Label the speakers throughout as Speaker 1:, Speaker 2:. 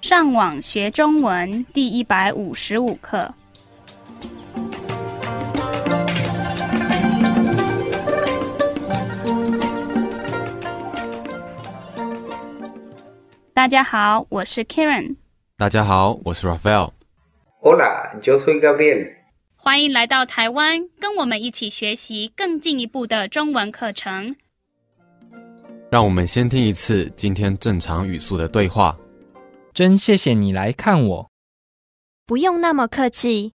Speaker 1: 上网学中文第一百五十五课。大家好，我是 Karen，
Speaker 2: 大家好，我是 Raphael。
Speaker 3: Hola, yo soy Gabriel.
Speaker 1: 欢迎来到台湾，跟我们一起学习更进一步的中文课程。
Speaker 2: 让我们先听一次今天正常语速的对话。
Speaker 4: 真谢谢你来看我。
Speaker 5: 不用那么客气，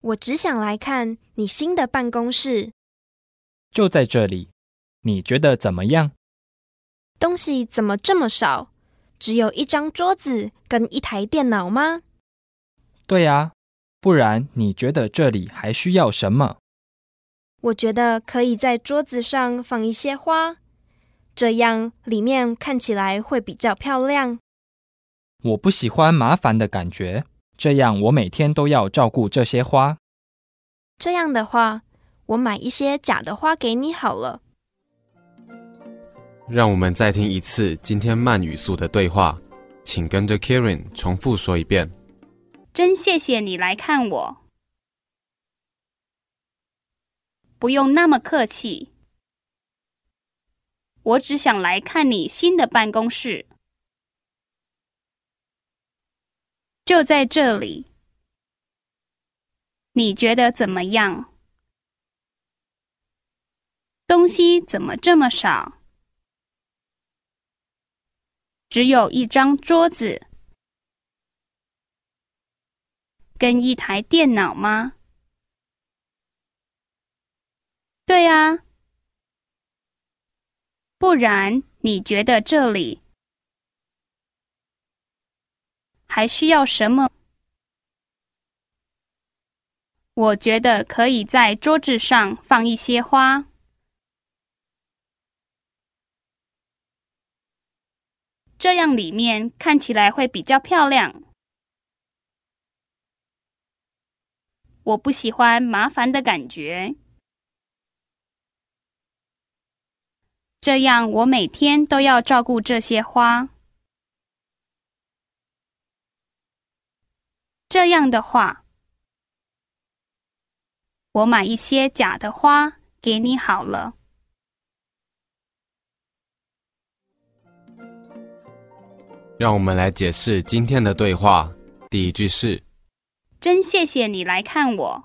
Speaker 5: 我只想来看你新的办公室，
Speaker 4: 就在这里，你觉得怎么样？
Speaker 5: 东西怎么这么少？只有一张桌子跟一台电脑吗？
Speaker 4: 对啊，不然你觉得这里还需要什么？
Speaker 5: 我觉得可以在桌子上放一些花，这样里面看起来会比较漂亮。
Speaker 4: 我不喜欢麻烦的感觉，这样我每天都要照顾这些花。
Speaker 5: 这样的话，我买一些假的花给你好了。
Speaker 2: 让我们再听一次今天慢语速的对话，请跟着 Karen 重复说一遍。
Speaker 1: 真谢谢你来看我，不用那么客气。我只想来看你新的办公室，就在这里。你觉得怎么样？东西怎么这么少？只有一张桌子跟一台电脑吗？对啊，不然你觉得这里还需要什么？我觉得可以在桌子上放一些花，这样里面看起来会比较漂亮。我不喜欢麻烦的感觉，这样我每天都要照顾这些花。这样的话，我买一些假的花给你好了。
Speaker 2: 让我们来解释今天的对话。第一句是
Speaker 1: 真谢谢你来看我。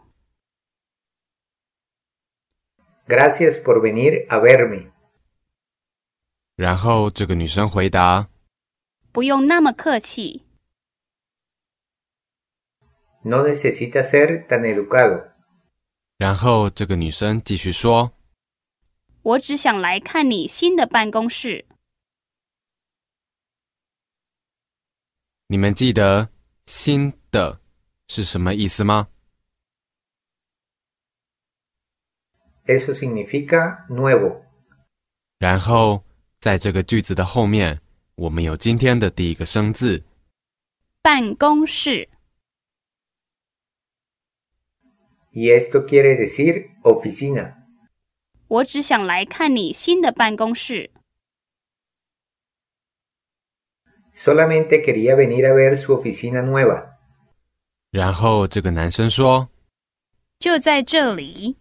Speaker 3: Gracias por venir a verme.
Speaker 2: 然后这个女生回答，
Speaker 1: 不用那么客气，
Speaker 3: No necesita ser tan educado.
Speaker 2: 然后这个女生继续说，
Speaker 1: 我只想来看你新的办公室。
Speaker 2: 你们记得“新的”是什么意思吗？
Speaker 3: Eso significa nuevo.
Speaker 2: 然后在这个句子的后面，我们有今天的第一个生字，
Speaker 1: 办公室，
Speaker 3: Y esto quiere decir oficina.
Speaker 1: 我只想来看你新的办公室。
Speaker 3: Solamente quería venir a ver su oficina nueva.
Speaker 2: 然后这个男生说。
Speaker 1: 就在这里，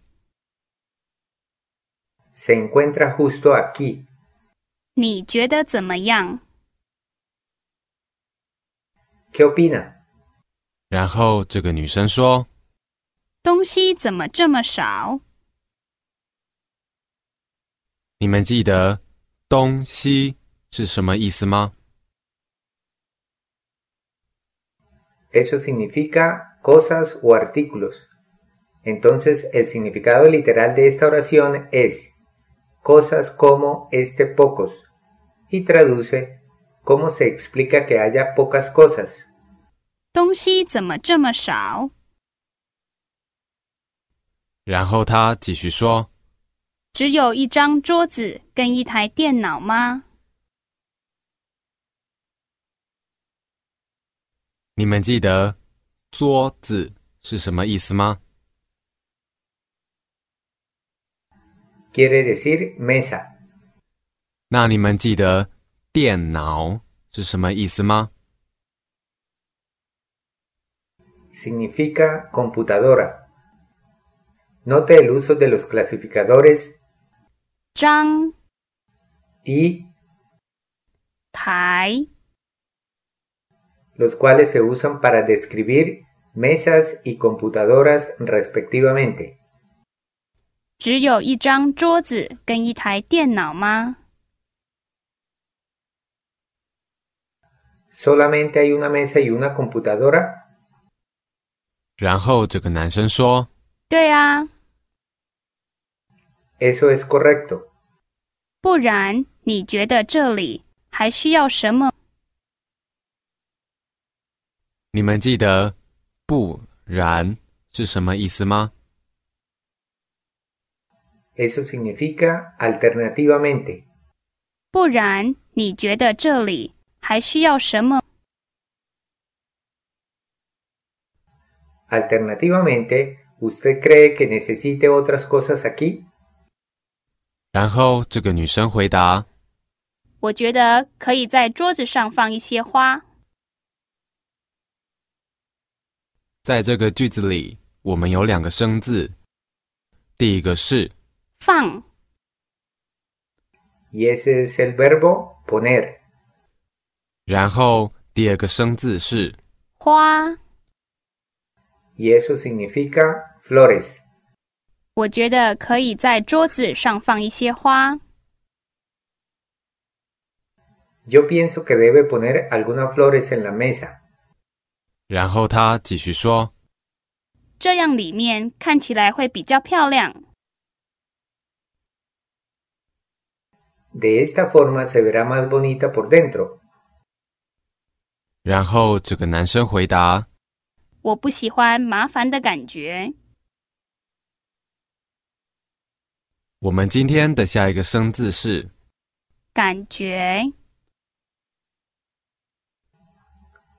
Speaker 3: Se encuentra justo aquí.
Speaker 1: 你觉得怎么样？
Speaker 3: ¿Qué opina?
Speaker 2: 然后这个女生说
Speaker 1: 东西怎么这么少？：“
Speaker 2: 你们记得‘东西’是什么意思吗
Speaker 3: Eso significa cosas o artículos. Entonces el significado literal de esta oración es cosas como este pocos y traduce cómo se explica que haya pocas cosas.
Speaker 1: 东西怎么这么少？？”
Speaker 2: 然后她继续说
Speaker 1: 只有一张桌子跟一台电脑吗？：“
Speaker 2: 你们记得‘桌子’是什么意思吗
Speaker 3: Quiere decir mesa.
Speaker 2: 那你们记得‘电脑’是什么意思吗
Speaker 3: significa computadora. Nota el uso de los clasificadores
Speaker 1: 张
Speaker 3: y,
Speaker 1: 台、
Speaker 3: los cuales se usan para describir mesas y computadoras respectivamente.
Speaker 1: 只有一张桌子跟一台电脑吗？
Speaker 3: ¿Solamente hay una mesa y una computadora?
Speaker 2: 然后这个男生说
Speaker 1: 对啊，
Speaker 3: Eso es correcto.
Speaker 1: 不然你觉得这里还需要什么？：“
Speaker 2: 你们记得‘不然’是什么意思吗
Speaker 3: Eso significa alternativamente.
Speaker 1: 不然你觉得这里还需要什么？
Speaker 3: Alternativamente, ¿usted cree que necesite otras cosas aquí? ？”
Speaker 2: 然后这个女生回答
Speaker 1: 我觉得可以在桌子上放一些花。：“
Speaker 2: 在这个句子里，我们有两个生字，第一个是
Speaker 1: 放
Speaker 3: Y ese es el verbo poner.
Speaker 2: 然后第二个生字是，
Speaker 1: 花，
Speaker 3: Y eso significa flores.
Speaker 1: 我觉得可以在桌子上放一些花。
Speaker 3: Yo pienso que debe poner algunas flores en la mesa.
Speaker 2: 然后他继续说
Speaker 1: 这样里面看起来会比较漂亮。
Speaker 3: De esta forma se verá más bonita por dentro.：‘
Speaker 2: 然后这个男生回答
Speaker 1: 我不喜欢麻烦的感觉。
Speaker 2: 我们今天的下一个生字是，
Speaker 1: 感觉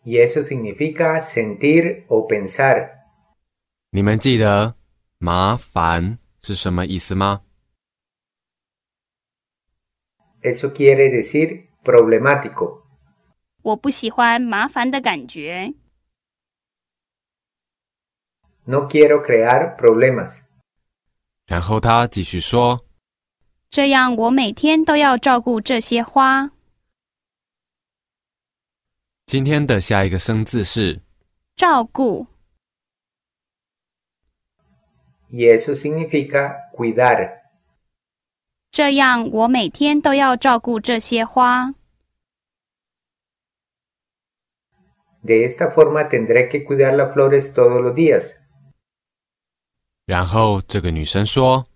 Speaker 3: Y eso significa sentir o pensar.
Speaker 2: 你们记得‘麻烦’是什么意思吗？
Speaker 3: Eso quiere decir problemático.
Speaker 1: 我不喜欢麻烦的感觉。
Speaker 3: No quiero crear problemas.
Speaker 2: 然后他继续说
Speaker 1: 这样我每天都要照顾这些花。：‘
Speaker 2: 今天的下一个生字是，
Speaker 1: 照顾
Speaker 3: Y eso significa cuidar.
Speaker 1: 这样我每天都要照顾这些花。
Speaker 3: De esta forma tendré que cuidar las flores todos los días.
Speaker 2: 然后这个女生说。”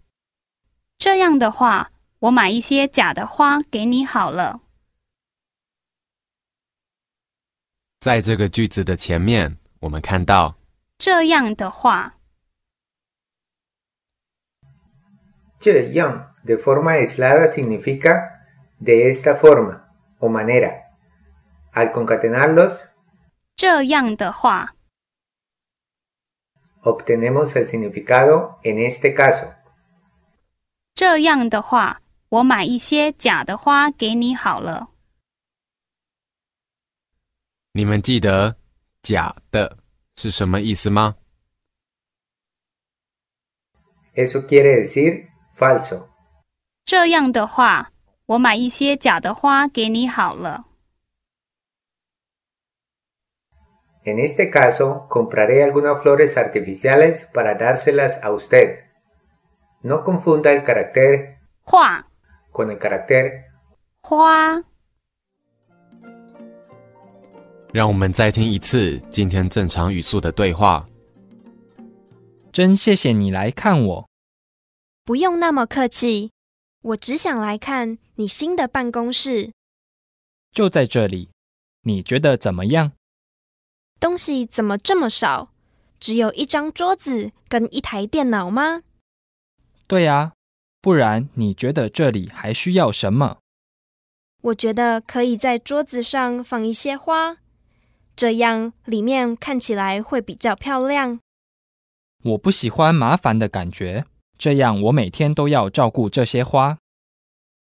Speaker 1: 这样的话，我买一些假的花给你好了。
Speaker 2: 在这个句子的前面，我们看到
Speaker 1: 这样的话，
Speaker 3: Yang de forma aislada significa de esta forma o manera. Al concatenarlos,
Speaker 1: 这样的话，
Speaker 3: obtenemos el significado en este caso.
Speaker 1: 这样的话，我买一些假的花给你好了。
Speaker 2: 你们记得“假的”是什么意思吗？
Speaker 3: Eso quiere decir falso.
Speaker 1: 这样的话，我买一些假的花给你好了。
Speaker 3: En este caso, compraré algunas flores artificiales para dárselas a usted. No confunda el carácter
Speaker 1: 画
Speaker 3: con el carácter
Speaker 1: 花，
Speaker 2: 让我们再听一次今天正常语速的对话。
Speaker 4: 真谢谢你来看我，
Speaker 5: 不用那么客气，我只想来看你新的办公室，
Speaker 4: 就在这里。你觉得怎么样？
Speaker 5: 东西怎么这么少？只有一张桌子跟一台电脑吗？
Speaker 4: 对啊，不然你觉得这里还需要什么？
Speaker 5: 我觉得可以在桌子上放一些花，这样里面看起来会比较漂亮。
Speaker 4: 我不喜欢麻烦的感觉，这样我每天都要照顾这些花。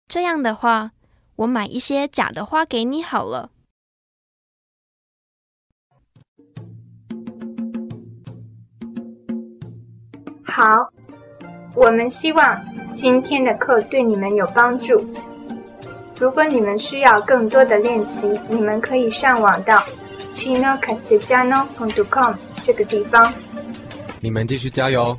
Speaker 5: 这样的话，我买一些假的花给你好了。好，我们希望今天的课对你们有帮助。如果你们需要更多的练习，你们可以上网到 chinocastellano.com 这个地方。
Speaker 2: 你们继续加油，